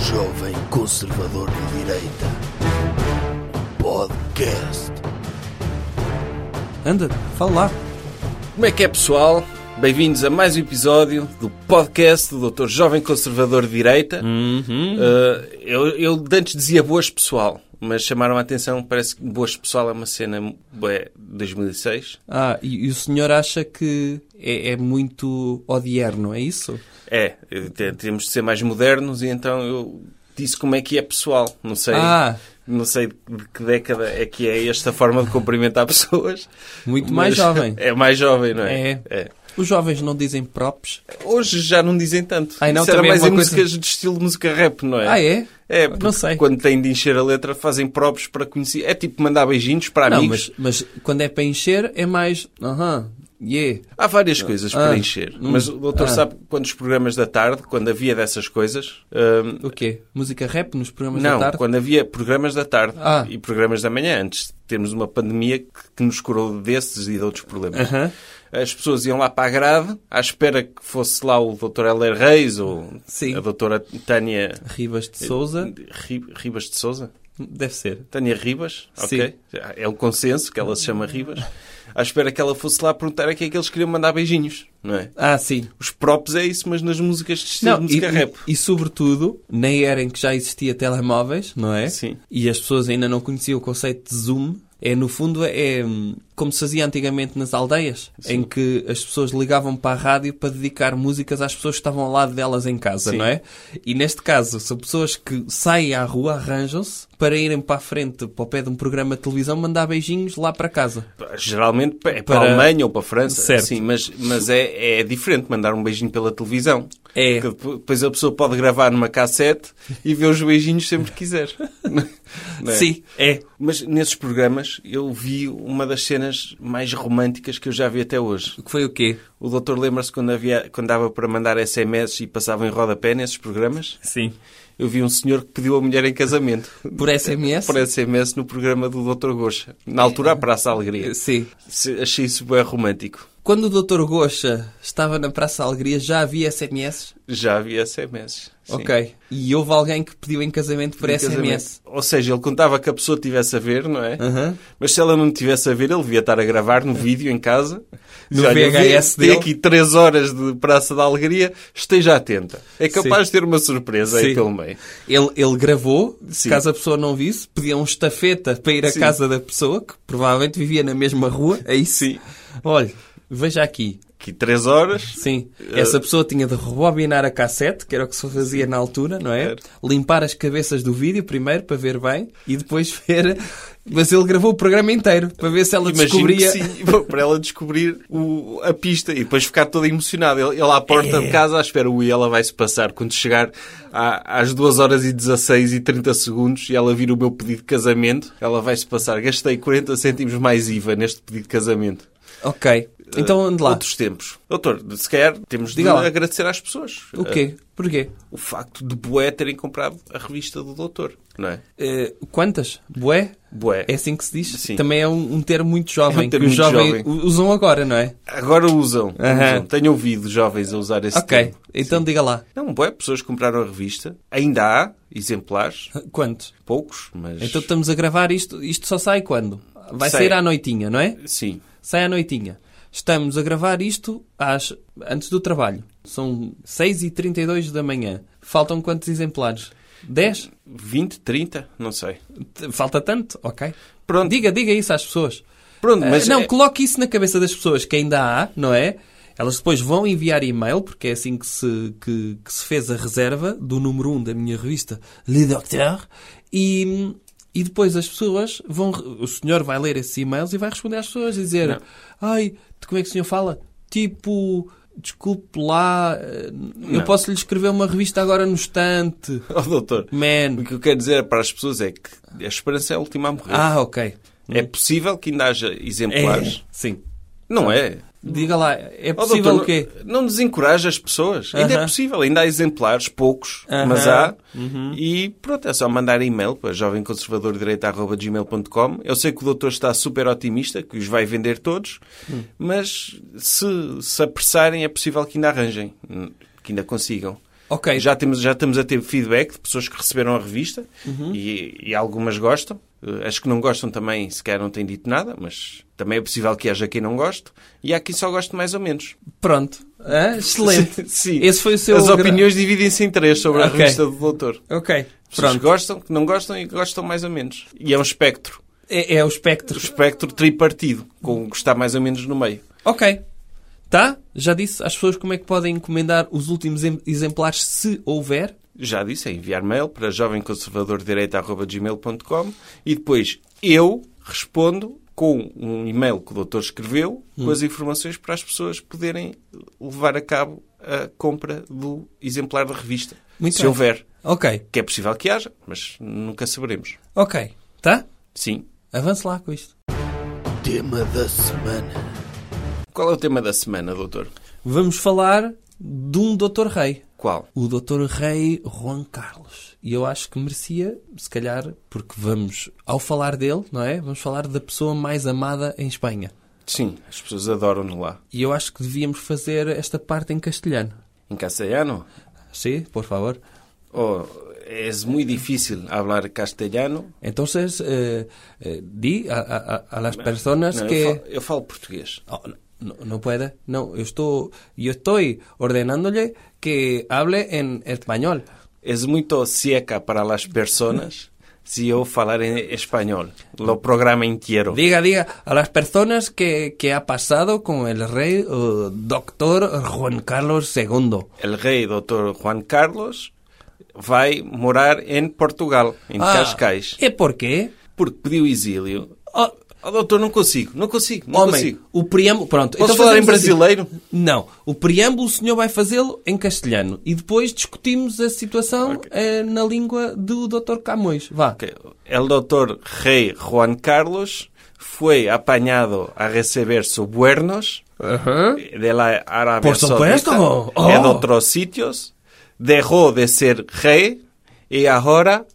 Jovem Conservador de Direita. Podcast. Anda, fala lá. Como é que é, pessoal? Bem-vindos a mais um episódio do podcast do Dr. Jovem Conservador de Direita. Uhum. Uh, eu, eu de antes dizia boas pessoal, mas chamaram a atenção, parece que boas pessoal é uma cena bué, 2006. Ah, e, e o senhor acha que é, é muito odierno, é isso? É, eu te- temos de ser mais modernos e então eu disse como é que é pessoal. Não sei, Ah. não sei de que década é que é esta forma de cumprimentar pessoas. Muito mais mas jovem. É mais jovem, não é? É. Os jovens não dizem props? Hoje já não dizem tanto. Ai, não, Isso era também é mais uma em coisa- músicas de estilo música rap, não é? Ah, é? É, Não porque sei. quando têm de encher a letra fazem próprios para conhecer. É tipo mandar beijinhos para Não, amigos. mas, mas quando é para encher é mais... Aham, yeah. Há várias coisas Ah. para encher. Hum. Mas o doutor Ah. sabe quantos programas da tarde, quando havia dessas coisas... hum, O quê? Música rap nos programas não, da tarde? quando havia programas da tarde Ah. e programas da manhã, antes de termos uma pandemia que, que nos curou desses e de outros problemas. Aham. As pessoas iam lá para a grade, à espera que fosse lá o doutor Heller Reis ou Sim. a doutora Tânia... Rivas de Souza, Eh, Ri- Ribas de Souza? deve ser. Tânia Ribas, Sim. ok. É o consenso que ela se chama Ribas. À espera que ela fosse lá perguntar a quem é que eles queriam mandar beijinhos, não é? Ah, sim. Os props é isso, mas nas músicas de estilo de e, música rap. e, e sobretudo, na era em que já existia telemóveis, não é? Sim. E as pessoas ainda não conheciam o conceito de zoom. É, no fundo, é hum, como se fazia antigamente nas aldeias, em que as pessoas ligavam para a rádio para dedicar músicas às pessoas que estavam ao lado delas em casa, Sim. não é? E neste caso, são pessoas que saem à rua, arranjam-se, para irem para a frente, para o pé de um programa de televisão, mandar beijinhos lá para casa. Geralmente é para, Para- a Alemanha ou para a França, Certo. sim, mas, mas é, é diferente mandar um beijinho pela televisão. É. Que depo- depois a pessoa pode gravar numa cassete e ver os beijinhos sempre que quiser. Não é? Sim, é. Mas nesses programas eu vi uma das cenas mais românticas que eu já vi até hoje. Que foi o quê? O doutor lembra-se quando, havia, quando dava para mandar SMS e passava em rodapé nesses programas? Sim. Eu vi um senhor que pediu a mulher em casamento. Por SMS? Por SMS no programa do Dr. Goxa. Na altura, a Praça Alegria. Sim. Se- Achei isso bem romântico. Quando o Dr. Gocha estava na Praça Alegria, já havia SMS? Já havia SMS. sim. Ok. E houve alguém que pediu em casamento por Em SMS? casamento. Ou seja, ele contava que a pessoa estivesse a ver, não é? Aham. Mas se ela não tivesse a ver, ele devia estar a gravar no vídeo em casa. No Diz, "Olha, eu vi- VHS Tem dele." aqui três horas de Praça da Alegria. Esteja atenta. É capaz Sim. de ter uma surpresa Sim. aí pelo meio. Ele, ele gravou, Sim. caso a pessoa não visse, pedia um estafeta para ir à Sim. casa da pessoa, que provavelmente vivia na mesma rua, é isso? Sim. Olha, veja aqui. Aqui três horas. Sim, Eh. essa pessoa tinha de rebobinar a cassete, que era o que se fazia na altura, não é? Era. Limpar as cabeças do vídeo primeiro para ver bem e depois ver. Mas ele gravou o programa inteiro para ver se ela Imagino descobria. que sim, para ela descobrir o- a pista e depois ficar toda emocionada. Ele, ele à porta É. de casa, à espera, ui, ela vai se passar. Quando chegar à- às 2 horas e 16 e 30 segundos e ela vir o meu pedido de casamento, ela vai se passar. Gastei 40 cêntimos mais IVA neste pedido de casamento. Ok, então ande lá. Outros tempos. Doutor, se calhar temos de Diga lá. agradecer às pessoas. O quê? Porquê? Eh, o facto de Boé terem comprado a revista do doutor, não é? Eh, quantas? Bué? Bué. É assim que se diz? Sim. Também é um, um termo muito jovem, É um termo que os muito jovens jovem. usam agora, não é? Agora usam. Aham. usam. Tenho ouvido jovens a usar esse ok, termo. então diga lá. Não, boé, pessoas que compraram a revista. Ainda há exemplares, Quantos? poucos, mas. Então estamos a gravar isto, isto só sai quando? Vai Sai- sair à noitinha, não é? Sim. Sai à noitinha. Estamos a gravar isto às, antes do trabalho. São 6h32 da manhã. Faltam quantos exemplares? 10? 20, 30, não sei. T- Falta tanto? Ok. Pronto. Diga, diga isso às pessoas. Pronto, Ah, mas não, é- coloque isso na cabeça das pessoas que ainda há, não é? Elas depois vão enviar e-mail, porque é assim que se, que, que se fez a reserva do número 1 um da minha revista, Le Docteur, e, e depois as pessoas vão. re- O senhor vai ler esses e-mails e vai responder às pessoas, dizer: Ai, de como é que o senhor fala? Tipo. Desculpe lá, eh, eu posso lhe escrever uma revista agora no estante. Oh, doutor. Man. O que eu quero dizer para as pessoas é que a esperança é a última a morrer. Ah, ok. É possível que ainda haja É, Tá. exemplares. Sim. Não é? Diga lá, é Oh, possível doutor, o quê? Não desencoraja as pessoas. Ainda é Aham. possível, ainda há exemplares, poucos, Aham. Uhum. mas há. E pronto, é só mandar e-mail para jovemconservadordireita.gmail.com. Eu sei que o doutor está super otimista, que os vai vender todos, Hum. mas se, se apressarem é possível que ainda arranjem, que ainda consigam. Ok. Já, temos, já estamos a ter feedback de pessoas que receberam a revista Uhum. e, e algumas gostam. Eh, As que não gostam também, se calhar, não têm dito nada, mas também é possível que haja quem não goste. E há quem só goste mais ou menos. Pronto. Hã? Excelente. Sim. Esse foi o seu... As gra- opiniões dividem-se em três sobre a Ok. revista do doutor. Ok. Pessoas que Pronto. gostam, que não gostam e que gostam mais ou menos. E é um espectro. um É, é o espectro. Espectro tripartido, com o que está mais ou menos no meio. Ok. Tá? Já disse às pessoas como é que podem encomendar os últimos em- exemplares, se houver. Já disse, é enviar mail para jovemconservadordireita.gmail.com e depois eu respondo com um e-mail que o doutor escreveu Hum. com as informações para as pessoas poderem levar a cabo a compra do exemplar da revista. Muito se bem. houver. Ok. Que é possível que haja, mas nunca saberemos. Ok. Tá? Sim. Avance lá com isto. Tema da semana. Qual é o tema da semana, doutor? Vamos falar de um Dr. Rei. Qual? o Dr. Rei Juan Carlos. E eu acho que merecia, se calhar, porque vamos, ao falar dele, não é? Vamos falar da pessoa mais amada em Espanha. Sim, as pessoas adoram-no lá. E eu acho que devíamos fazer esta parte em castelhano. Em castellano? Sim, por favor. Oh, é muito difícil falar castelhano. Então, eh, eh, di a, a, a- a las personas Não, eu, que... falo, eu falo português. Oh, no, no puede. No, yo estoy, yo estoy ordenándole que hable en español. Es muito seca para las personas se eu falar em espanhol. Lo programa inteiro. Diga, diga, a las personas que, que ha pasado con el rey eh, doctor Juan Carlos II. El rei Dr. Juan Carlos vai morar em Portugal, em Cascais, Ah, ¿Y por qué? Ah, porque pediu exílio. Oh, oh, doutor, não consigo, não consigo, não Homem, consigo. o preâmbulo... Pronto, Posso então falar em fazemos assim. brasileiro? Não. O preâmbulo o senhor vai fazê-lo em castelhano. E depois discutimos a situação eh, na língua do Dr. Camões. Vá. que el doctor Rey Juan Carlos fue apañado a receber sobornos eh, de la Arabia ¿Eh? Por supuesto. Saudita Oh. en otros sitios, dejó de ser rey y ahora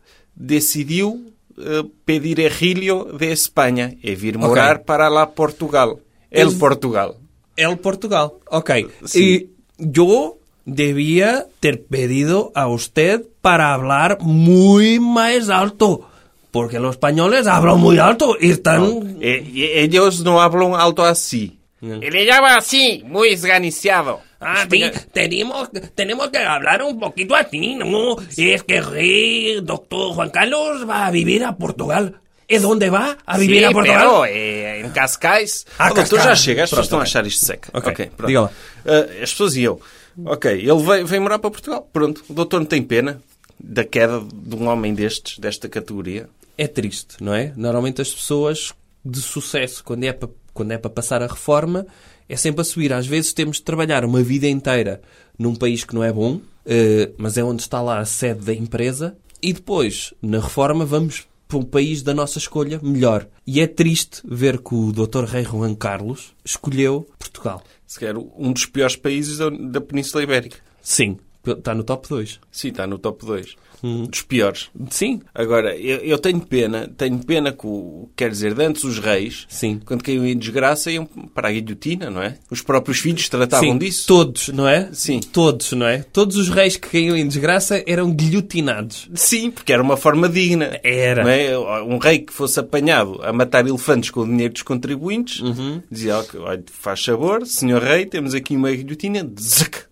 decidió eh, pedir exilio de España y vir morar para la Portugal, el Es- Portugal. El Portugal. Ok. Sí. Y yo debía ter pedido a usted para hablar muy más alto. Porque los españoles hablan muy alto y están... Eh, y ellos no hablan alto así. Le llama así, muy esganiciado. Ah, sí, tenemos, tenemos que hablar un poquito así, ¿no? Es que rey, doctor Juan Carlos va a vivir a Portugal. ¿Es dónde va? ¿A vivir a Portugal? pero eh, em Cascais. Ah, Olha, tu Cascais. já chega, as Pronto, pessoas estão a ok. achar isto seca. Ok, pronto. diga lá. Ah, as pessoas e eu. Ok, ele veio, veio morar para Portugal. Pronto, o doutor não tem pena da queda de um homem destes, desta categoria. é triste, não é? Normalmente as pessoas de sucesso, quando é para quando é para passar a reforma, é sempre a subir. Às vezes temos de trabalhar uma vida inteira num país que não é bom, eh, mas é onde está lá a sede da empresa, e depois, na reforma, vamos para um país da nossa escolha melhor. E é triste ver que o Dr. Rei Juan Carlos escolheu Portugal. Se calhar um dos piores países da, da Península Ibérica. Sim, está no top 2. Sim, está no top 2. Dos piores. Sim, Agora, eu, eu tenho pena, tenho pena que, o, quer dizer, de antes os reis, Sim. quando caíam em desgraça, iam para a guilhotina, não é? Os próprios filhos tratavam Sim, disso. todos, não é? Sim. Todos, não é? Todos os reis que caíam em desgraça eram guilhotinados. Sim, porque era uma forma digna. Era. Não é? Um rei que fosse apanhado a matar elefantes com o dinheiro dos contribuintes Uhum. dizia: "Ok, olha, faz sabor, senhor rei, temos aqui uma guilhotina, zac,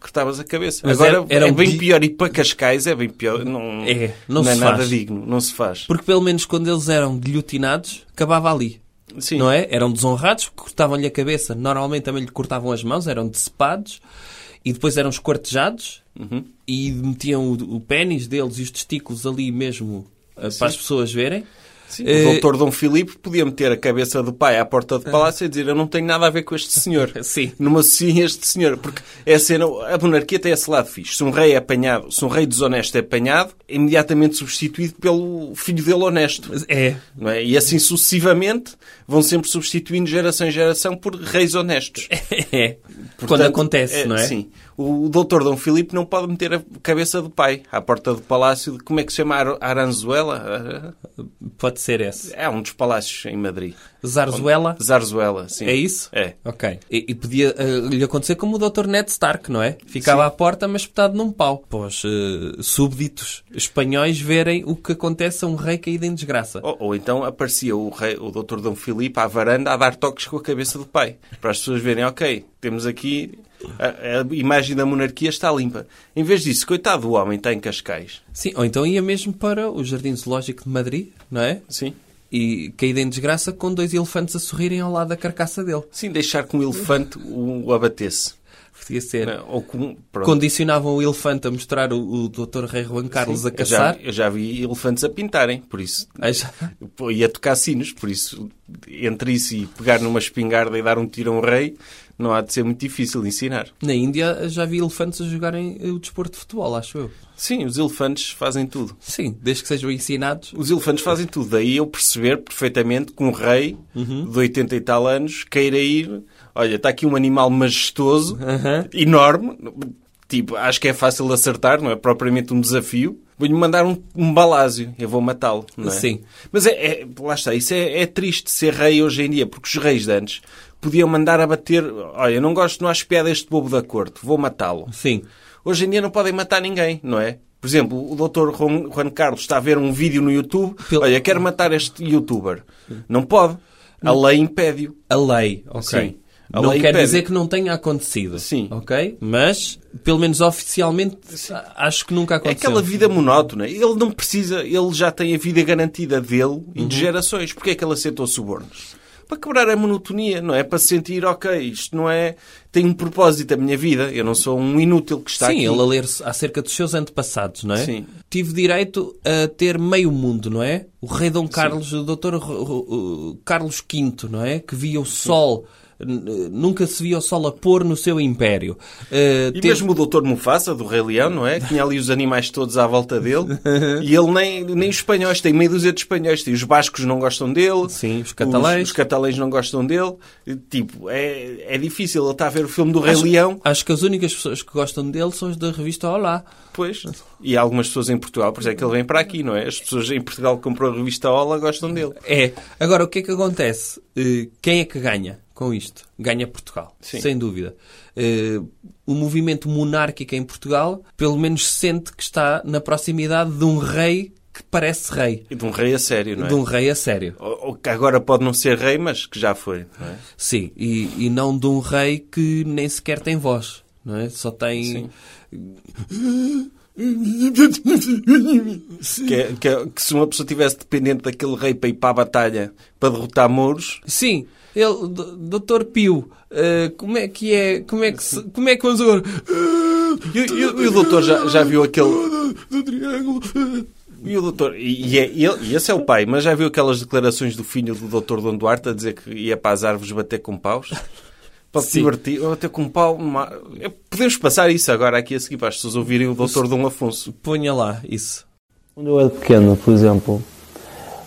cortavas a cabeça. Mas Agora era- era é um bem di- pior. E para Cascais é bem pior. Não É, não é se nada faz. digno, não se faz. Porque pelo menos quando eles eram guilhotinados, acabava ali. Sim. Não é? Eram desonrados, cortavam-lhe a cabeça. Normalmente também lhe cortavam as mãos, eram decepados. E depois eram esquartejados. Uhum. E metiam o, o pênis deles e os testículos ali mesmo eh, para as pessoas verem. Sim, Eh, O doutor Dom Filipe podia meter a cabeça do pai à porta do palácio e dizer eu não tenho nada a ver com este senhor. Sim. Não me associem a este senhor. Porque é a, cena, a monarquia tem esse lado fixe. Se um rei é apanhado, se um rei desonesto é apanhado, é imediatamente substituído pelo filho dele honesto. É. Não é? E assim sucessivamente vão sempre substituindo geração em geração por reis honestos. É. Quando Portanto, acontece, é, não é? Sim. O, o doutor Dom Filipe não pode meter a cabeça do pai à porta do palácio. de- Como é que se chama? Ar- Aranzuela? Ah, Pode ser esse. É um dos palácios em Madrid. Zarzuela? Zarzuela, sim. É isso? É. Ok. E, e podia eh, lhe acontecer como o Dr. Ned Stark, não é? Ficava à porta, mas espetado num pau. Pós súbditos espanhóis verem o que acontece a um rei caído em desgraça. Ou, ou então aparecia o, rei, o doutor Dom Filipe à varanda a dar toques com a cabeça do pai. Para as pessoas verem, ok, temos aqui... A, a imagem da monarquia está limpa. Em vez disso, coitado do homem, está em Cascais. Sim, ou então ia mesmo para o Jardim Zoológico de Madrid, não é? Sim. E caído em desgraça com dois elefantes a sorrirem ao lado da carcaça dele. Sim, deixar que um elefante o o abatesse. Podia ser. Não, Ou com, pronto. Condicionavam o elefante a mostrar o, o Dr. Rei Juan Carlos a Eu já, caçar. eu já vi elefantes a pintarem, por isso. Ah, já. Pô, Ia tocar sinos, por isso, entre isso e pegar numa espingarda e dar um tiro a um rei, não há de ser muito difícil ensinar. Na Índia já vi elefantes a jogarem eh, o desporto de futebol, acho eu. Sim, os elefantes fazem tudo. Sim, desde que sejam ensinados. Os elefantes fazem tudo. Daí eu perceber perfeitamente que um rei de 80 e tal anos queira ir. Olha, está aqui um animal majestoso, enorme. Tipo, acho que é fácil de acertar, não é propriamente um desafio. Vou-lhe mandar um, um balásio, eu vou matá-lo. não é? Sim. Mas é, é- lá está, isso é, é triste ser rei hoje em dia, porque os reis de antes podiam mandar abater. Olha, não gosto, não acho piada este bobo da corte, vou matá-lo. Sim. Hoje em dia não podem matar ninguém, não é? Por exemplo, o doutor Juan Carlos está a ver um vídeo no YouTube. Pelo- Olha, quero matar este youtuber. Não pode. A lei impede-o. A lei, ok. Sim. A não lei quer impede. dizer que não tenha acontecido. Sim. Ok? Mas, pelo menos oficialmente, a- acho que nunca É aconteceu. aquela vida monótona. Ele não precisa, ele já tem a vida garantida dele e Uhum. de gerações. Porquê é que ele aceitou subornos? Para quebrar a monotonia, não é? Para se sentir, ok, isto não é. Tem um propósito a minha vida. Eu não sou um inútil que está Sim, aqui. ele a ler acerca dos seus antepassados, não é? Sim. Tive direito a ter meio mundo, não é? O rei Dom Carlos, o doutor Carlos V, não é? Que via o sol, n- nunca se via o sol a pôr no seu império. Eh, E teve- mesmo o Dr. Mufasa, do Rei Leão, não é? Que Tinha ali os animais todos à volta dele. e ele nem, nem os espanhóis, tem meia dúzia de espanhóis. Tem os bascos não gostam dele. Sim, os catalães. Os, os catalães não gostam dele. E, Tipo, é, é difícil. Ele está a ver o filme do Rei acho, Leão, acho que as únicas pessoas que gostam dele são as da revista Olá. pois. E há algumas pessoas em Portugal, por isso é que ele vem para aqui, não é? As pessoas em Portugal que compram a revista Ola gostam dele. É. Agora, o que é que acontece? Eh, Quem é que ganha com isto? Ganha Portugal, Sim. sem dúvida. Eh, O movimento monárquico em Portugal, pelo menos sente que está na proximidade de um rei que parece rei. E de um rei a sério, não é? De um rei a sério. Ou, ou que agora pode não ser rei, mas que já foi, não é? Sim, e, e não de um rei que nem sequer tem voz, não é? Só tem... Que, é- que é- que se uma pessoa tivesse dependente daquele rei para ir para a batalha para derrotar mouros, Sim, ele, D- Dr. Pio, eh, como é que é, como é que, se- como é que vamos agora? E, e- e o doutor já, já viu aquele. Do triângulo. E o doutor. E, e é- e ele- e esse é o pai, mas já viu aquelas declarações do filho do doutor Dom Duarte a dizer que ia para as árvores bater com paus? Para se Sim. divertir, ou bater com um pau. numa- É, Podemos passar isso agora aqui a seguir para as pessoas ouvirem o doutor Dom Afonso. Ponha lá, isso. Quando eu era pequeno, por exemplo,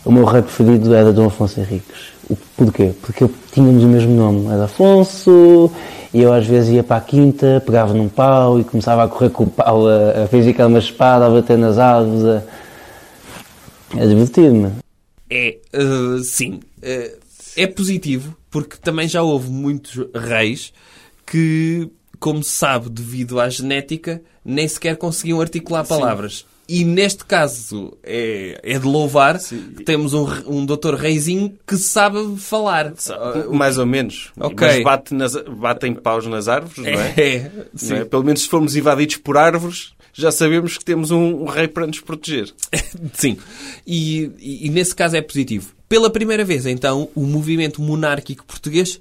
o meu rei preferido era Dom Afonso Henriques. O- Porquê? Porque tínhamos o mesmo nome. Era Afonso, e eu às vezes ia para a quinta, pegava num pau e começava a correr com o pau, a, a fingir que era uma espada, a bater nas árvores, a, a divertir-me. É, eh, sim. Eh, é positivo, porque também já houve muitos reis que, como se sabe, devido à genética, nem sequer conseguiam articular palavras. E neste caso é, é de louvar que temos um, re- um doutor reizinho que sabe falar. Mais ou menos. Ok. Mas bate nas, batem paus nas árvores, não é? É, sim. Não é? Pelo menos se formos invadidos por árvores, já sabemos que temos um, um rei para nos proteger. Sim. E, e- e nesse caso é positivo. Pela primeira vez, então, o movimento monárquico português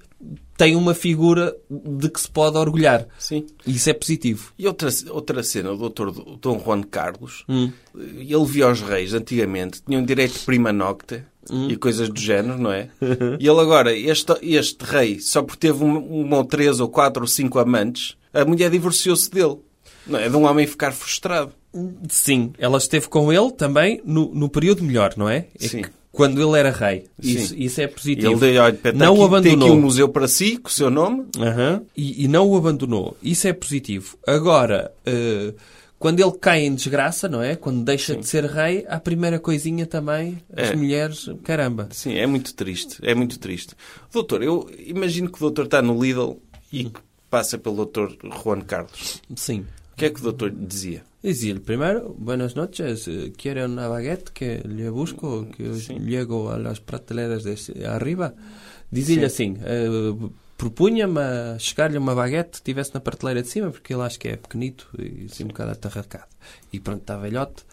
tem uma figura de que se pode orgulhar. Sim. Isso é positivo. E outra, outra cena, o doutor Dom Juan Carlos, ele via os reis antigamente, tinham direito de prima nocte e coisas do género, não é? E ele agora, este, este rei, só por teve um, uma ou três ou quatro ou cinco amantes, a mulher divorciou-se dele. Não é de um homem ficar frustrado. Sim, ela esteve com ele também no, no período melhor, não é? É Sim. que Quando ele era rei. Isso, Sim. isso é E positivo. ele deu, olha, pá, tá não aqui, o Tem aqui um abandonou. museu para si, com o seu nome. Aham. E, e não o abandonou. Isso é positivo. Agora, eh, quando ele cai em desgraça, não é? Quando deixa de ser rei, a primeira coisinha também, as É. mulheres, caramba. Sim, é muito triste. É muito triste. Doutor, eu imagino que o doutor está no Lidl e que passa pelo doutor Juan Carlos. Sim. O que é que o doutor lhe dizia? Dizia-lhe primeiro, buenas noches, eh, quiere una baguette que le busco, que os llego a las prateleiras de ci- arriba. Dizia-lhe assim, eh, propunha-me a chegar-lhe uma baguette que tivesse na prateleira de cima, porque ele acho que é pequenito e assim um bocado atarracado. E pronto, está velhote,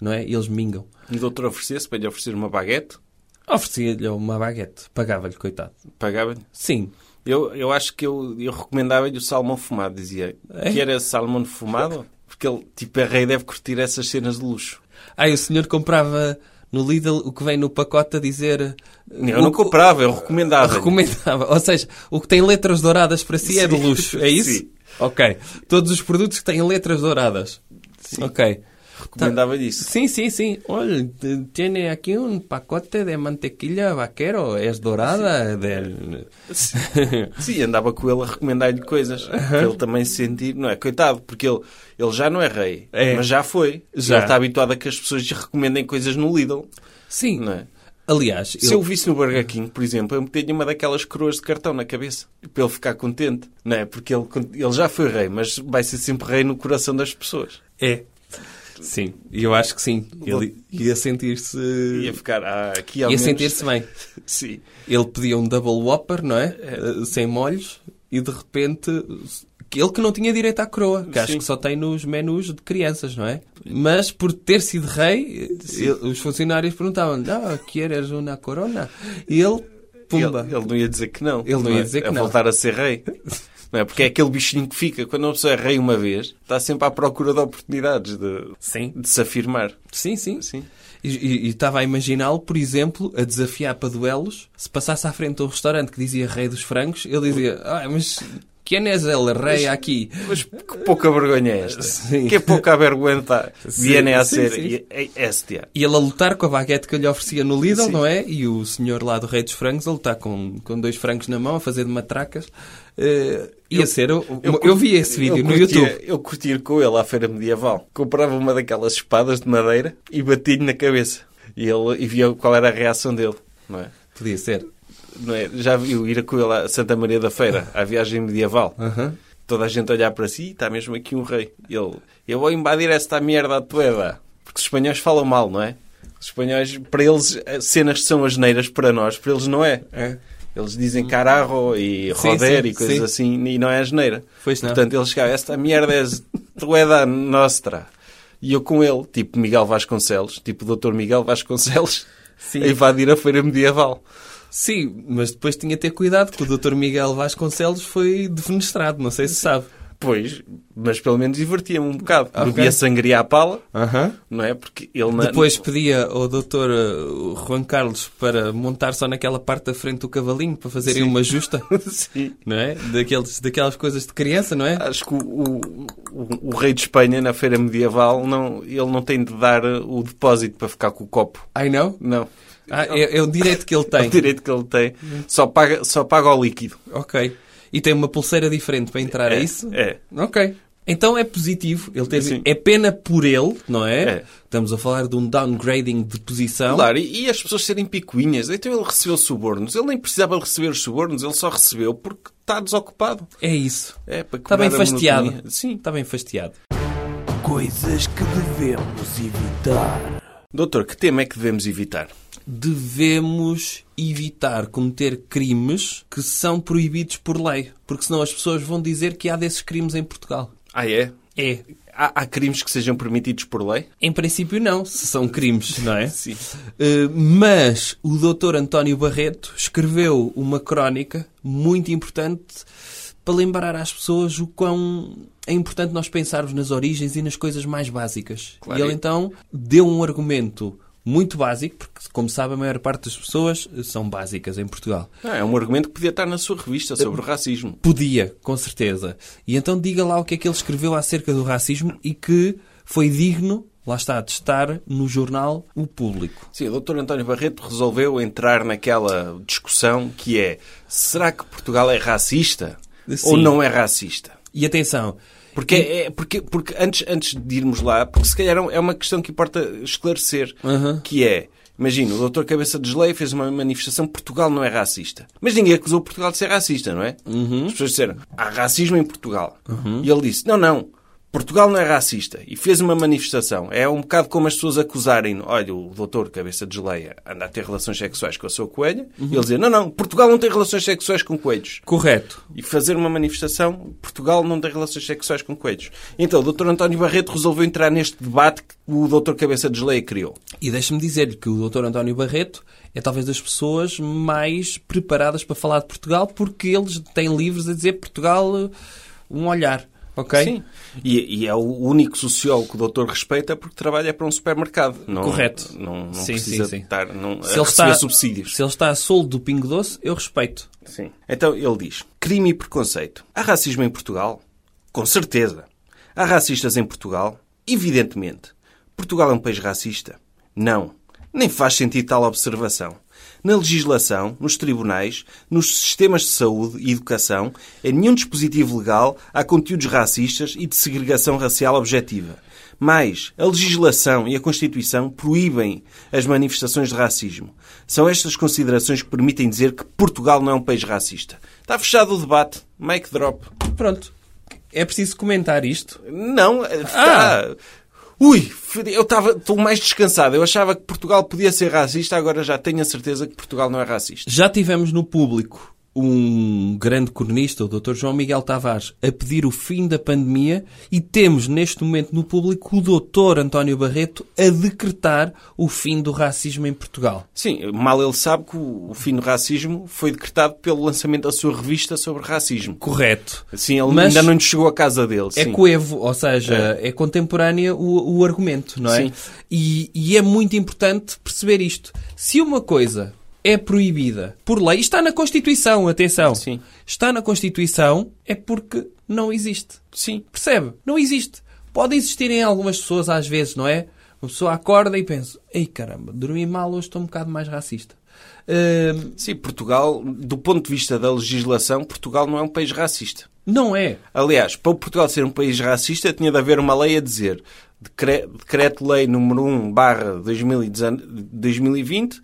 não é? E eles mingam. O Um doutor oferecia-se para lhe oferecer uma baguete, Oferecia-lhe uma baguete, pagava-lhe, coitado. pagava-lhe. Sim, Eu, eu acho que eu, eu recomendava-lhe o salmão fumado, dizia. É? Que era salmão fumado? Porque ele, tipo, é rei, deve curtir essas cenas de luxo. Aí o senhor comprava no Lidl o que vem no pacote a dizer. Eu o- não comprava, eu recomendava. Recomendava. Ou seja, o que tem letras douradas para si é de Sim. luxo, é isso? Sim. Ok. Todos os produtos que têm letras douradas. Ok. Tá. Recomendava-lhe isso. Sim, sim, sim. Olha, t- tiene aqui um pacote de mantequilla vaquero. É dourada. del- Sim, andava com ele a recomendar-lhe coisas. Para ele também se sentir, não é? Coitado, porque ele, ele já não é rei, É. mas já foi. Já. Ele está habituado a que as pessoas lhe recomendem coisas no Lidl, Sim. não é? Aliás, Se eu- eu o visse no Burger King, por exemplo, eu metia-lhe uma daquelas coroas de cartão na cabeça, para ele ficar contente, não é? Porque ele, ele já foi rei, mas vai ser sempre rei no coração das pessoas. É. Sim, eu acho que sim. Ele ia sentir-se. Ia ficar ah, aqui ao Ia menos- sentir-se bem. Sim. Ele pedia um double whopper, não é? Eh, Sem molhos. E de repente... que Ele que não tinha direito à coroa. Que acho Sim. que só tem nos menus de crianças, não é? Mas por ter sido rei, eh, ele- os funcionários perguntavam-lhe Ah, queres uma corona? E ele... Pumba. Ele, ele não ia dizer que não. Ele não ia é? dizer que a não. voltar a ser rei. Não é? Porque é aquele bichinho que fica. Quando uma pessoa é rei uma vez, está sempre à procura de oportunidades de, Sim. de se afirmar. Sim, sim. Sim. E- E e estava a imaginá-lo, por exemplo, a desafiar para duelos. Se passasse à frente de um restaurante que dizia Rei dos Francos, ele dizia: Ah, mas quem é ele, Rei aqui? Mas que pouca vergonha é esta? Sim. Que pouca vergonha Sim, viene a sim, ser sim. e- é, e- esta. E ele a lutar com a baguete que eu lhe oferecia no Lidl, Sim. não é? E o senhor lá do Rei dos Francos a lutar com, com dois francos na mão, a fazer de matracas. Eh, ia ser. Eu, eu, curti- vi esse vídeo eu no curtia- YouTube. Eu curti ir com ele à feira medieval. Comprava uma daquelas espadas de madeira e batia-lhe na cabeça. E, ele, e via qual era a reação dele. Não é? Podia ser. Não é? Já viu ir com ele a Santa Maria da Feira, à viagem medieval. Aham. Toda a gente a olhar para si, está mesmo aqui um rei. Ele, eu vou invadir esta merda toda. Porque os espanhóis falam mal, não é? Os espanhóis, para eles, eh, cenas são as neiras para nós, para eles não é. É. Eles dizem cararro e Sim, roder sim, e coisas sim. assim, e não é asneira. Pois não. Portanto, eles chegavam, esta merda é toda nostra. E eu com ele, tipo Miguel Vasconcelos, tipo Dr. Miguel Vasconcelos, Sim. a invadir a feira medieval. Sim, mas depois tinha de ter cuidado, que o Dr. Miguel Vasconcelos foi defenestrado, não sei se sabe. Pois, mas pelo menos divertia-me um bocado. Ah, Ok. Bebia sangria à pala, Aham. não é? Porque ele na... Depois pedia ao doutor eh, Juan Carlos para montar só naquela parte da frente do cavalinho para fazerem uma justa, Sim. não é? Daqueles, daquelas coisas de criança, não é? Acho que o, o- o- o rei de Espanha, na feira medieval, não, ele não tem de dar eh, o depósito para ficar com o copo. Ai não? Não. Ah, é, é o direito que ele O tem. Uhum. direito que ele tem. Só paga, só paga ao líquido. Ok. E tem uma pulseira diferente para entrar, é, É, isso? é. Ok. Então é positivo. Ele teve... Sim. É pena por ele, não é? É. Estamos a falar de um downgrading de posição. Claro, e, e as pessoas serem picuinhas. Então ele recebeu subornos. Ele nem precisava de receber os subornos, ele só recebeu porque está desocupado. É isso. É, para Está bem quebrar a fastiado. monotonia. Sim. Está bem fastiado. Coisas que devemos evitar. Doutor, que tema é que devemos evitar? devemos evitar cometer crimes que são proibidos por lei, porque senão as pessoas vão dizer que há desses crimes em Portugal. Ah, é? É. Há, há crimes que sejam permitidos por lei? Em princípio não, se são crimes, não é? Sim. Eh, mas o doutor António Barreto escreveu uma crónica muito importante para lembrar às pessoas o quão é importante nós pensarmos nas origens e nas coisas mais básicas. Claro. E ele então deu um argumento muito básico, porque como sabe a maior parte das pessoas eh, são básicas em Portugal. Ah, é um argumento que podia estar na sua revista sobre o racismo. Podia, com certeza. E então diga lá o que é que ele escreveu acerca do racismo e que foi digno lá está, de estar no jornal o público. Sim, o Dr. António Barreto resolveu entrar naquela discussão que é será que Portugal é racista Sim. ou não é racista? E atenção, Porque, é, porque, porque antes, antes de irmos lá, porque se calhar é uma questão que importa esclarecer, Uhum. que é, imagina, o Dr. Cabeça de Geleia fez uma manifestação Portugal não é racista. Mas ninguém acusou Portugal de ser racista, não é? As pessoas disseram, há racismo em Portugal. E ele disse, não, não, Portugal não é racista. E fez uma manifestação. É um bocado como as pessoas acusarem, olha, o Dr. Cabeça de Geleia anda a ter relações sexuais com a sua coelha. E ele dizia, não, não, Portugal não tem relações sexuais com coelhos correto. e fazer uma manifestação. Portugal não tem relações sexuais com coelhos. Então, o Dr. António Barreto resolveu entrar neste debate que o Dr. Cabeça de Geleia criou. E deixe-me dizer-lhe que o Dr. António Barreto é talvez das pessoas mais preparadas para falar de Portugal porque eles têm livros a dizer Portugal eh, um olhar, ok? Sim. E, e é o único sociólogo que o doutor respeita porque trabalha para um supermercado. Não, Correto. Não, não Sim, precisa sim, sim. estar não, Se a ele, receber está, subsídios. se ele está a soldo do Pingo Doce, eu respeito. Sim. Então ele diz: crime e preconceito. Há racismo em Portugal? Com certeza. Há racistas em Portugal? Evidentemente. Portugal é um país racista? Não. Nem faz sentido tal observação. Na legislação, nos tribunais, nos sistemas de saúde e educação, em nenhum dispositivo legal há conteúdos racistas e de segregação racial objetiva. Mas a legislação e a Constituição proíbem as manifestações de racismo. São estas considerações que permitem dizer que Portugal não é um país racista. Está fechado o debate. Mic drop. Pronto. É preciso comentar isto. Não, eh, está. Ah. Ui, fodi- eu estava, estou mais descansado. Eu achava que Portugal podia ser racista, agora já tenho a certeza que Portugal não é racista. Já tivemos no público um grande cronista, o Dr. João Miguel Tavares, a pedir o fim da pandemia e temos neste momento no público o Dr. António Barreto a decretar o fim do racismo em Portugal. Sim, mal ele sabe que o o fim do racismo foi decretado pelo lançamento da sua revista sobre racismo. Correto. Sim, ele Mas- ainda não nos chegou à casa dele. É sim. coevo, ou seja, é, contemporânea o, o argumento, não é? Sim. E, e é muito importante perceber isto. Se uma coisa é proibida por lei, e está na Constituição, atenção, Sim. está na Constituição, é porque não existe. Sim. Percebe? Não existe. Pode existir em algumas pessoas às vezes, não é? Uma pessoa acorda e pensa, ei caramba, dormi mal, hoje estou um bocado mais racista. Hum, Sim, Portugal, do ponto de vista da legislação, Portugal não é um país racista. não é. Aliás, para Portugal ser um país racista, tinha de haver uma lei a dizer decre- Decreto-Lei número 1 barra 2020,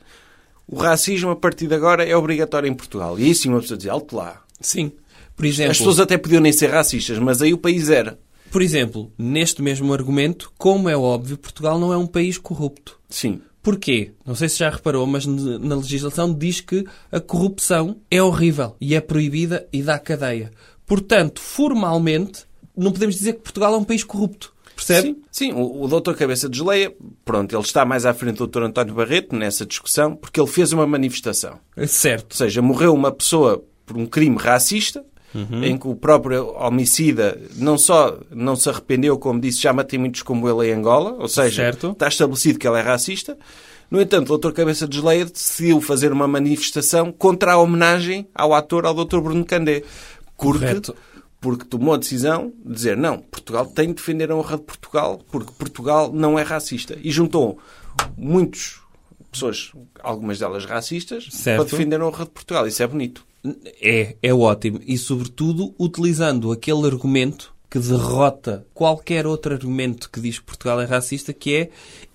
o racismo a partir de agora é obrigatório em Portugal. E aí sim uma pessoa dizia, alto lá. Sim. Por exemplo, As pessoas até podiam nem ser racistas, mas aí o país era. Por exemplo, neste mesmo argumento, como é óbvio, Portugal não é um país corrupto. Sim. Porquê? Não sei se já reparou, mas n- na legislação diz que a corrupção é horrível e é proibida e dá cadeia. Portanto, formalmente, não podemos dizer que Portugal é um país corrupto. Percebe? Sim, sim. O, o doutor Cabeça de Geleia, pronto, ele está mais à frente do doutor António Barreto nessa discussão, porque ele fez uma manifestação. Ou Certo. seja, morreu uma pessoa por um crime racista, Uhum. em que o próprio homicida não só não se arrependeu, como disse, já matei muitos como ele em Angola, ou seja, Certo. está estabelecido que ele é racista. No entanto, o Dr. Cabeça de Geleia decidiu fazer uma manifestação contra a homenagem ao ator, ao Dr. Bruno Candé. Porque, Correto. porque tomou a decisão de dizer não, Portugal tem de defender a honra de Portugal, porque Portugal não é racista. E juntou muitos pessoas, algumas delas racistas, Certo. para defender a honra de Portugal. Isso é bonito. É, é ótimo. E, sobretudo, utilizando aquele argumento que derrota qualquer outro argumento que diz que Portugal é racista, que é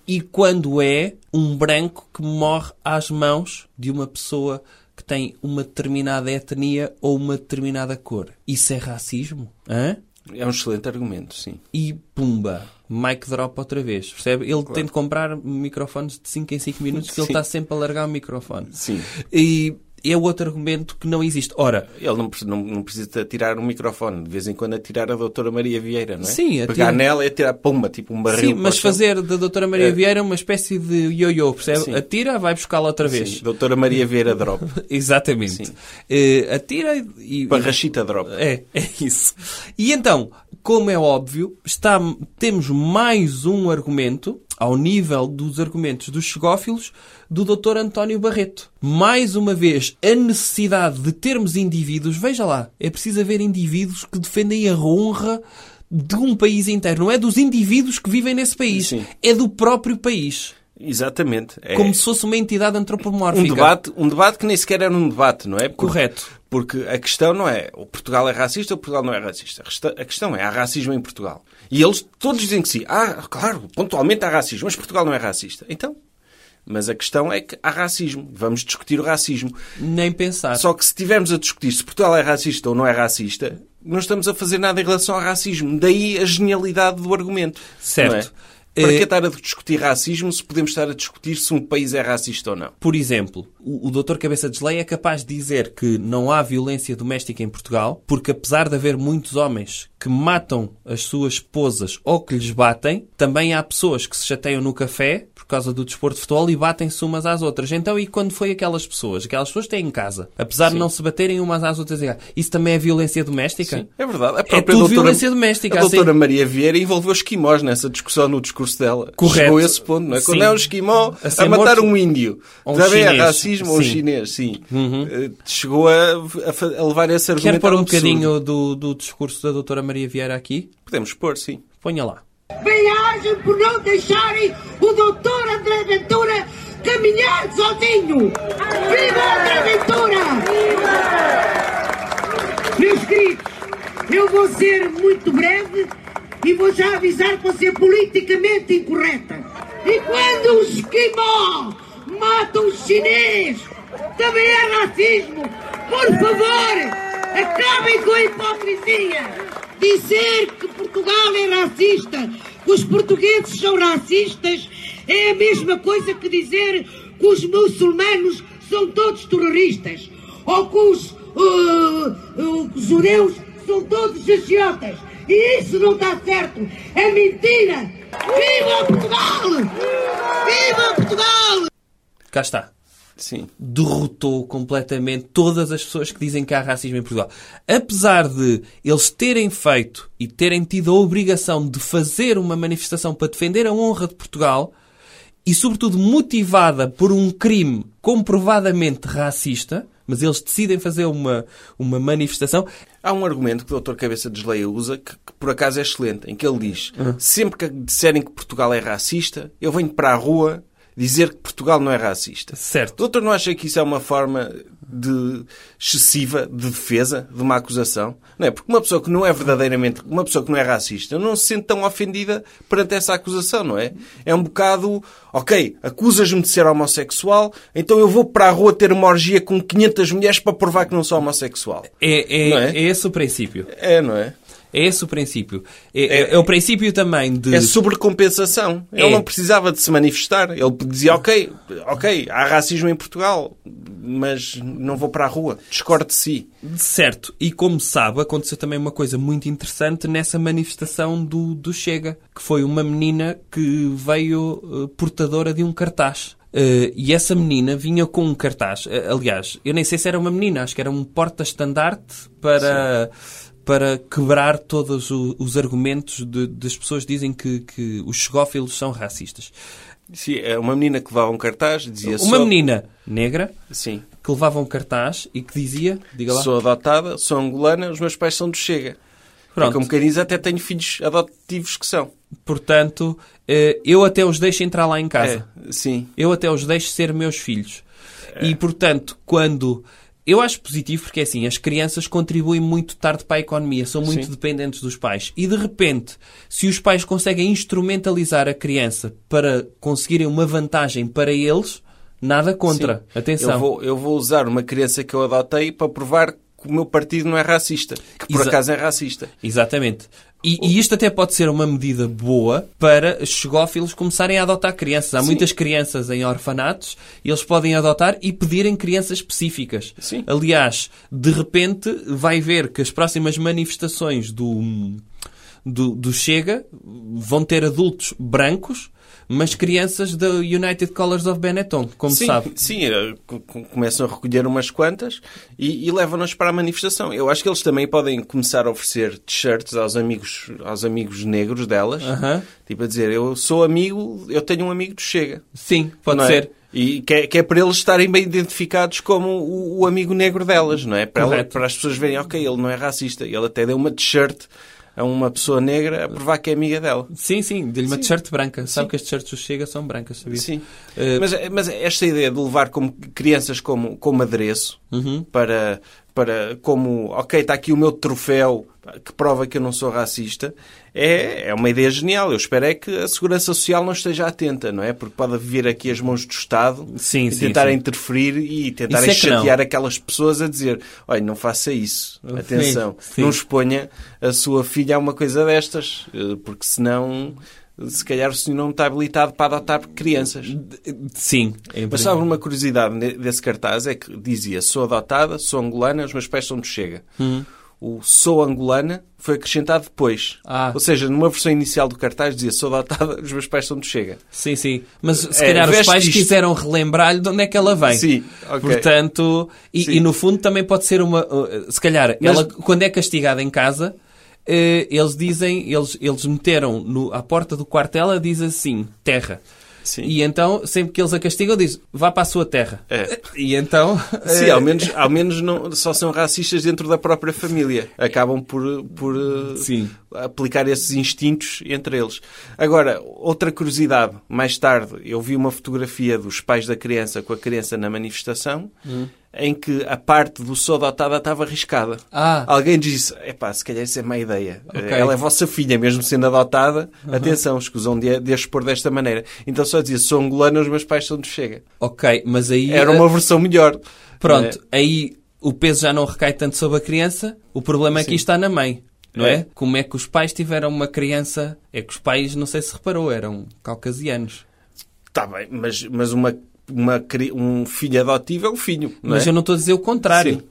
e quando é um branco que morre às mãos de uma pessoa que tem uma determinada etnia ou uma determinada cor. Isso é racismo? Hã? É um excelente argumento, sim. E pumba, mic drop outra vez, percebe? Ele tem de comprar microfones de 5 em 5 minutos porque ele Sim. está sempre a largar o microfone. Sim. E é outro argumento que não existe. Ora, Ele não, pre- não, não precisa tirar o microfone. De vez em quando atirar a doutora Maria Vieira, não é? Sim, Pegar atira- nela e atirar, pumba, tipo um barril. Sim, para mas o chão. fazer da Doutora Maria É. Vieira uma espécie de yo-yo, percebe? Sim. Atira, vai buscá-la outra vez. Sim, doutora Maria Vieira drop. Exatamente. Sim. Eh, atira e. Barrachita drop. É, é isso. E então, como é óbvio, está, temos mais um argumento, ao nível dos argumentos dos chegófilos, do Dr. António Barreto. Mais uma vez, a necessidade de termos indivíduos, veja lá, é preciso haver indivíduos que defendem a honra de um país inteiro, não é dos indivíduos que vivem nesse país, Sim. é do próprio país, Exatamente. É como se fosse uma entidade antropomórfica. um debate, um debate que nem sequer era um debate, não é? Porque- Correto. Porque a questão não é o Portugal é racista ou Portugal não é racista. A resta- A questão é há racismo em Portugal. E eles todos dizem que sim. Ah, claro, pontualmente há racismo, mas Portugal não é racista. Então, mas a questão é que há racismo. Vamos discutir o racismo. Nem pensar. Só que se estivermos a discutir se Portugal é racista ou não é racista, não estamos a fazer nada em relação ao racismo. Daí a genialidade do argumento. Certo. não é? Para Eh, que estar a discutir racismo se podemos estar a discutir se um país é racista ou não? Por exemplo, o, o Dr. Cabeça de Lei é capaz de dizer que não há violência doméstica em Portugal, porque apesar de haver muitos homens que matam as suas esposas ou que lhes batem, também há pessoas que se chateiam no café por causa do desporto de futebol e batem-se umas às outras. Então, e quando foi aquelas pessoas? Aquelas pessoas têm em casa. Apesar de não se baterem umas às outras, em casa. isso também é violência doméstica? É verdade. A É própria tudo doutora, violência doméstica, A doutora assim. Maria Vieira envolveu esquimós nessa discussão no discurso dela. Correto. Chegou a esse ponto, não é? Quando Sim. é um esquimó A a, ser matar morto- um índio. Ou um Também é chinês, racismo ou um sim. Uhum. chinês, sim. Eh, Chegou a, a fa- a levar esse argumento Quero pôr ao um é absurdo. bocadinho do, do discurso da Dra. Maria Vieira aqui? Podemos pôr, sim. Ponha lá. Viagem por não deixarem o doutor André Ventura caminhar sozinho. Viva André Ventura! Meus queridos, eu vou ser muito breve e vou já avisar que vou ser politicamente incorreta. E quando o esquimó mata um chinês, também é racismo. Por favor, acabem com a hipocrisia. Dizer que Portugal é racista, que os portugueses são racistas, é a mesma coisa que dizer que os muçulmanos são todos terroristas ou que os, uh, uh, os judeus são todos agiotas. E isso não está certo. É mentira. Viva Portugal! Viva Portugal! Cá está. Sim. derrotou completamente todas as pessoas que dizem que há racismo em Portugal. Apesar de eles terem feito e terem tido a obrigação de fazer uma manifestação para defender a honra de Portugal e, sobretudo, motivada por um crime comprovadamente racista, mas eles decidem fazer uma, uma manifestação. Há um argumento que o Dr. Cabeça de Desleia usa que, que por acaso é excelente, em que ele diz: Uhum. sempre que disserem que Portugal é racista, eu venho para a rua dizer que Portugal não é racista. Certo. Doutor, não acha que isso é uma forma de excessiva de defesa, de uma acusação? Não é? Porque uma pessoa que não é verdadeiramente, uma pessoa que não é racista, não se sente tão ofendida perante essa acusação, não é? É um bocado, ok, acusas-me de ser homossexual, então eu vou para a rua ter uma orgia com 500 mulheres para provar que não sou homossexual. É, é, Não é? é? esse o princípio. É, não é? É esse o princípio. É, é- é o princípio também de... É sobrecompensação. É. Ele não precisava de se manifestar. Ele dizia, ok, ok, há racismo em Portugal, mas não vou para a rua. Discordo de si. Certo, e como sabe, aconteceu também uma coisa muito interessante nessa manifestação do, do Chega, que foi uma menina que veio eh, portadora de um cartaz. Eh, e essa menina vinha com um cartaz. Eh, aliás, eu nem sei se era uma menina, acho que era um porta-estandarte para, para quebrar todos o- os argumentos de- das pessoas que dizem que, que os xegófilos são racistas. Sim, é uma menina que levava um cartaz, dizia Uma sou... menina negra Sim. que levava um cartaz e que dizia: diga lá. Sou adotada, sou angolana, os meus pais são do Chega. Pronto. E como quem diz, até tenho filhos adotivos que são. Portanto, eh, eu até os deixo entrar lá em casa. É, sim. Eu até os deixo ser meus filhos. E, portanto, quando. Eu acho positivo porque, assim, as crianças contribuem muito tarde para a economia, são muito dependentes dos pais. E, de repente, se os pais conseguem instrumentalizar a criança para conseguirem uma vantagem para eles, nada contra. Sim. Atenção. Eu vou, eu vou usar uma criança que eu adotei para provar que o meu partido não é racista. Que por Exa- acaso é racista. Exatamente. E, e isto até pode ser uma medida boa para xegófilos começarem a adotar crianças. Há muitas crianças em orfanatos e eles podem adotar e pedirem crianças específicas. Sim. Aliás, de repente vai ver que as próximas manifestações do, do, do Chega vão ter adultos brancos, mas crianças da United Colors of Benetton, como sim, sabe. Sim, eh, co- co- começam a recolher umas quantas e, e levam-nas para a manifestação. Eu acho que eles também podem começar a oferecer t-shirts aos amigos, aos amigos negros delas. Aham. Tipo a dizer, eu sou amigo, eu tenho um amigo do Chega. Sim, pode não é? ser. E que é, que é para eles estarem bem identificados como o, o amigo negro delas, não é? Para, ela- Correto. para as pessoas verem, ok, ele não é racista. Ele até deu uma t-shirt a uma pessoa negra a provar que é amiga dela. Sim, sim, dê-lhe uma t-shirt branca. Sabe que as t-shirts do Chega são brancas, sabia? Sim. Eh, Mas, mas esta ideia de levar como crianças como, como adereço Uhum. para, para como, ok, está aqui o meu troféu que prova que eu não sou racista, é, é uma ideia genial. Eu espero é que a Segurança Social não esteja atenta, não é? Porque pode vir aqui as mãos do Estado Sim, e sim, tentar sim. interferir e tentar Isso é que não. chatear aquelas pessoas a dizer olha, não faça isso, Sim, atenção, sim. não exponha a sua filha a uma coisa destas, eh, porque senão... eh, Se calhar o senhor não está habilitado para adotar crianças. Sim. é Mas sabe uma curiosidade ne- desse cartaz? É que dizia, sou adotada, sou angolana, os meus pais são do Chega. Hum. O sou angolana foi acrescentado depois. Ah. Ou seja, numa versão inicial do cartaz dizia, sou adotada, os meus pais são do Chega. Sim, sim. Mas se É, calhar os veste pais isto. quiseram relembrar-lhe de onde é que ela vem. Sim, ok. Portanto, e, Sim. e no fundo também pode ser uma. uh, Se calhar, Mas- ela, quando é castigada em casa, eh, eles dizem, eles, eles meteram no, à porta do quarto dela, diz assim: terra. Sim. E então, sempre que eles a castigam, diz: vá para a sua terra. É. E então. Sim, eh, ao menos, ao menos não, só são racistas dentro da própria família. Acabam por, por eh, Sim. aplicar esses instintos entre eles. Agora, outra curiosidade. Mais tarde, eu vi uma fotografia dos pais da criança com a criança na manifestação Hum. em que a parte do sou dotada estava arriscada. Ah. Alguém disse, epá, se calhar isso é má ideia. Ok. Ela é vossa filha, mesmo sendo adotada. Atenção, escusam de, de a expor desta maneira. Então só dizia, sou angolana, os meus pais são de Chega. Ok, mas aí. Era uma versão melhor. Eh, Pronto, É. aí o peso já não recai tanto sobre a criança, o problema aqui está na mãe, não é. É. Como é que os pais tiveram uma criança? É que os pais, não sei se reparou, eram caucasianos. Está Tá bem, mas, mas uma, uma cri- um filho adotivo é um filho, não Mas é? eu não estou a dizer o contrário. Sim.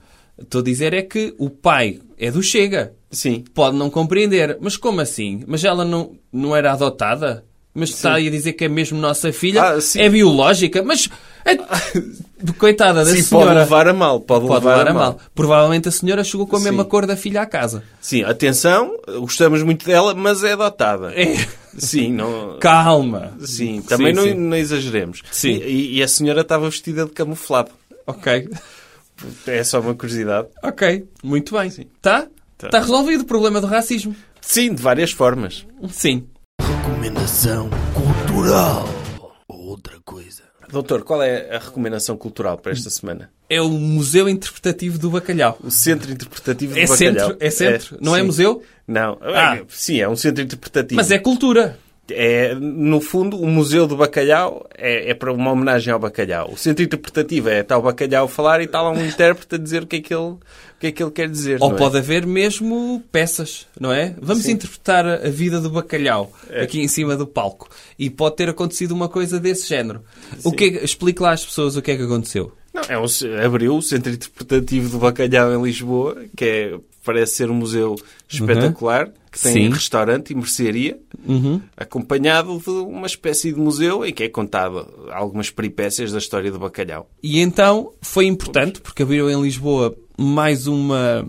Estou a dizer é que o pai é do Chega. Sim. Pode não compreender. Mas como assim? Mas ela não, não era adotada? Mas está aí a dizer que é mesmo nossa filha? Ah, sim. é biológica? Mas... é- Coitada da Sim, senhora. pode levar a mal. Pode, Pode levar a mal. Provavelmente a senhora chegou com a mesma Sim. cor da filha à casa. Sim, atenção, gostamos muito dela, mas é adotada. É. Sim, não... Calma. Sim, também não, sim. não exageremos. Sim. E, e a senhora estava vestida de camuflado. Ok. É só uma curiosidade. Ok. Muito bem. Tá? Tá. Está resolvido o problema do racismo. Sim, de várias formas. Sim. Recomendação cultural. Outra coisa. Doutor, qual é a recomendação cultural para esta semana? É o Museu Interpretativo do Bacalhau. O Centro Interpretativo do É Bacalhau. centro? É centro? Não é sim. museu? Não. Ah. Sim, é um centro interpretativo. Mas é cultura. É, no fundo, o Museu do Bacalhau é, é para uma homenagem ao bacalhau. O centro interpretativo é tal bacalhau a falar e está lá um intérprete a dizer o que é que ele, o que é que ele quer dizer. Ou não é? pode haver mesmo peças, não é? Vamos interpretar a a vida do bacalhau É. aqui em cima do palco. E pode ter acontecido uma coisa desse género. O que é que- Explique lá às pessoas o que é que aconteceu. Não, é um ce- abriu o Centro Interpretativo do Bacalhau em Lisboa, que é, parece ser um museu espetacular, que tem Uhum. um Sim. Uhum. restaurante e mercearia, acompanhado de uma espécie de museu em que é contado algumas peripécias da história do bacalhau. E então foi importante, porque abriram em Lisboa mais uma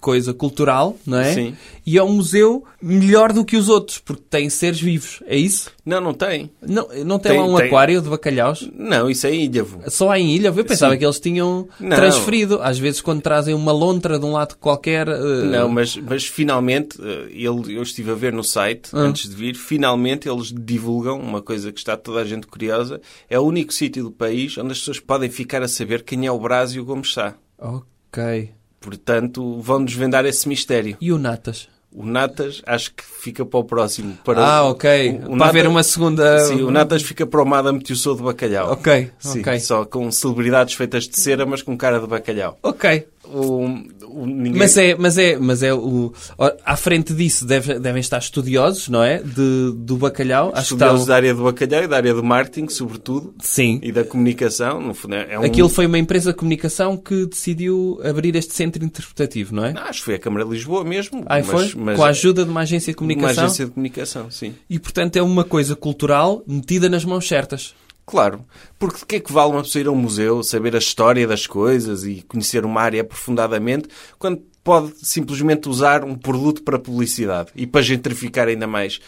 coisa cultural, não é? Sim. E é um museu melhor do que os outros, porque tem seres vivos, é isso? Não, não tem. Não, não tem, Tem- lá um tem. aquário de bacalhaus? Não, isso é em Ilhavo. Só há em Ilha? Eu pensava Sim. que eles tinham Não. transferido. Às vezes quando trazem uma lontra de um lado qualquer... eh, Não, mas, mas finalmente, eh, ele, eu estive a ver no site, Ah. antes de vir, finalmente eles divulgam uma coisa que está toda a gente curiosa. É o único sítio do país onde as pessoas podem ficar a saber quem é o Brás e o Gomes Sá. Ok. Portanto, vão desvendar esse mistério. E o Natas? O Natas acho que fica para o próximo. Para ah, ok. o Para Natas- haver uma segunda... Sim, o Natas fica para o Mada Metiossou de Bacalhau. Ok, Sim, ok. Só com celebridades feitas de cera, mas com cara de bacalhau. Ok. O, o- ninguém- Mas é, mas é, mas é o. ó, À frente disso deve- devem estar estudiosos, não é? De, do bacalhau. Acho que está. Estudiosos o- da área do bacalhau e da área do marketing, sobretudo. Sim. E da comunicação, no fundo, é um... Aquilo foi uma empresa de comunicação que decidiu abrir este centro interpretativo, não é? Não, Ah, acho que foi a Câmara de Lisboa mesmo. Aí mas- foi? mas- é- Com a ajuda de uma agência de Uma comunicação. agência de comunicação, sim. E portanto é uma coisa cultural metida nas mãos certas. Claro, porque de que é que vale uma pessoa ir a um museu, saber a história das coisas e conhecer uma área aprofundadamente, quando pode simplesmente usar um produto para publicidade e para gentrificar ainda mais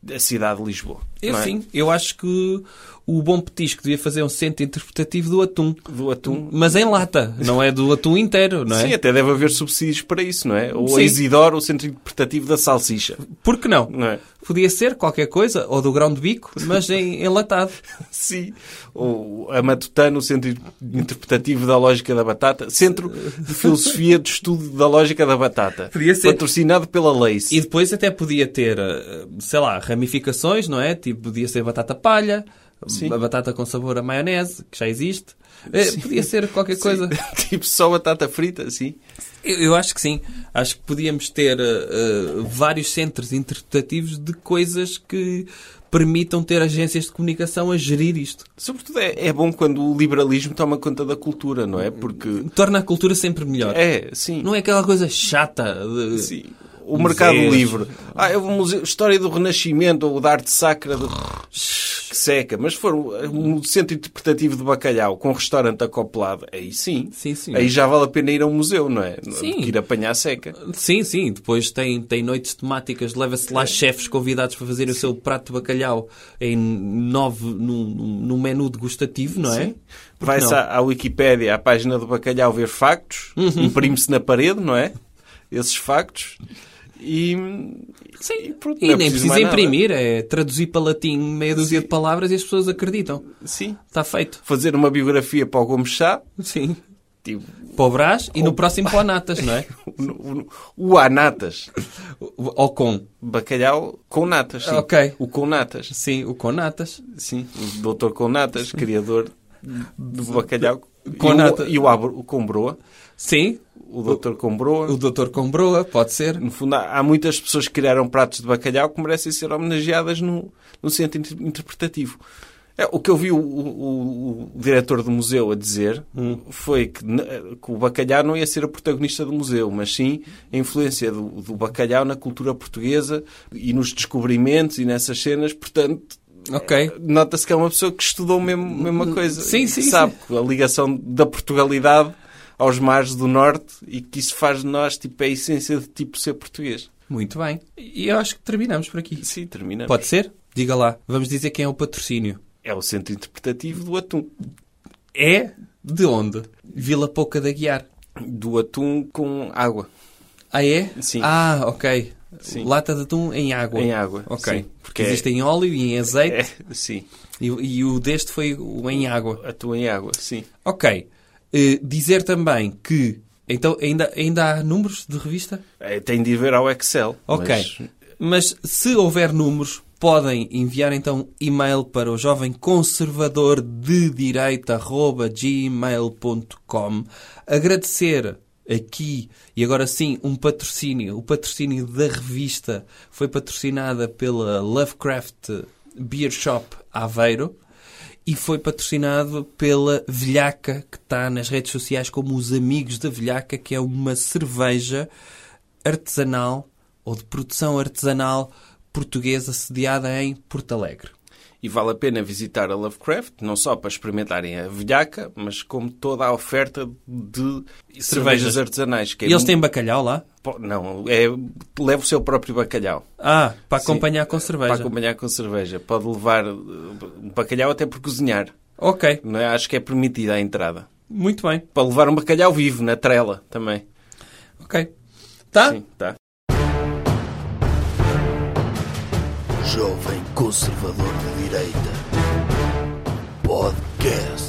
da cidade de Lisboa. Eu não é? sim, eu acho que o bom petisco devia fazer um centro interpretativo do atum. Do atum. Mas em lata, não é do atum inteiro, não é? Sim, até deve haver subsídios para isso, não é? Ou Sim. a Isidoro, o centro interpretativo da salsicha. Por que não? Não é? Podia ser qualquer coisa, ou do grão de bico, mas em, enlatado. Sim. Ou a Matutano, o centro interpretativo da lógica da batata. Centro de filosofia de estudo da lógica da batata. Podia ser. Patrocinado pela Lace. E depois até podia ter, eh, sei lá, ramificações, não é? Tipo, podia ser batata palha, Sim. a batata com sabor a maionese, que já existe. Eh, Podia ser qualquer coisa. tipo só batata frita, sim. Eu, eu acho que sim. Acho que podíamos ter eh, eh, vários centros interpretativos de coisas que permitam ter agências de comunicação a gerir isto. Sobretudo é, é bom quando o liberalismo toma conta da cultura, não é? Porque. Torna a cultura sempre melhor. É, sim. Não é aquela coisa chata de... Sim. O Mercado Museus. Livre. Ah, eu vou museu, História do Renascimento ou da Arte Sacra do... que seca. Mas se for um um centro interpretativo de bacalhau com um restaurante acoplado, aí sim. Sim, sim. Aí já vale a pena ir a um museu, não é? Sim. Do que ir apanhar seca. Sim, sim. Depois tem, tem noites temáticas, leva-se lá chefes convidados para fazerem o seu prato de bacalhau em nove, num, num num menu degustativo, não é? Sim. Vai-se não? à, à Wikipédia, à página do bacalhau, ver factos. Uhum. Imprime-se na parede, não é? Esses factos. E, Sim. e pronto, E não é nem precisa preciso mais nada. imprimir, é traduzir para latim meia dúzia de palavras e as pessoas acreditam. Sim. Está feito. Fazer uma biografia para o Gomes Chá. Sim. Tipo, Para o Brás e no próximo para o Natas, não é? o, o, o Anatas. Ou com. Bacalhau com natas, sim. Ok. O com natas, Sim, o com Natas. sim. O doutor com natas, criador do bacalhau. Com e nata. O, e o, abro, o com broa. Sim, O doutor com broa. o doutor com broa, pode ser. No fundo, há, há muitas pessoas que criaram pratos de bacalhau que merecem ser homenageadas no, no centro inter- interpretativo. É, o que eu vi o, o- o diretor do museu a dizer Hum. foi que, n- que o bacalhau não ia ser o protagonista do museu, mas sim a influência do, do bacalhau na cultura portuguesa e nos descobrimentos e nessas cenas. Portanto, Ok. nota-se que é uma pessoa que estudou mesmo a mesma coisa. Sim, e que sim, Sabe a ligação da Portugalidade aos mares do Norte e que isso faz de nós tipo, a essência de tipo ser português. Muito bem. E eu acho que terminamos por aqui. Sim, terminamos. Pode ser? Diga lá. Vamos dizer quem é o patrocínio. É o centro interpretativo do atum. É de onde? Vila Pouca da Guiar. Do atum com água. Ah, é? Sim. Ah, ok. Sim. Lata de atum em água. Em água, Ok. sim. Porque É- existe em óleo e em É, azeite. sim. E, e o deste foi o em água. Atum em água, sim. Ok. Eh, dizer também que. Então, ainda, ainda há números de revista? É, tem de ir ver ao Excel. Ok. mas- Mas... se houver números, podem enviar então e-mail para o jovem conservador de direita arroba gmail.com. Agradecer aqui e agora sim um patrocínio. O patrocínio da revista foi patrocinada pela Lovecraft Beer Shop Aveiro e foi patrocinado pela Velhaca, que está nas redes sociais como os Amigos da Velhaca, que é uma cerveja artesanal ou de produção artesanal portuguesa sediada em Porto Alegre. E vale a pena visitar a Lovecraft, não só para experimentarem a velhaca, mas como toda a oferta de cervejas, artesanais. Que é E eles mu- têm bacalhau lá? Po- Não, é, leva o seu próprio bacalhau. Ah, para Sim. acompanhar com cerveja. Para acompanhar com cerveja. Pode levar eh, um bacalhau até por cozinhar. Ok, Não é? Acho que é permitida a entrada. muito bem. Para levar um bacalhau vivo na trela também. Ok. Tá? Sim, tá. Jovem Conservador de Direita. Podcast.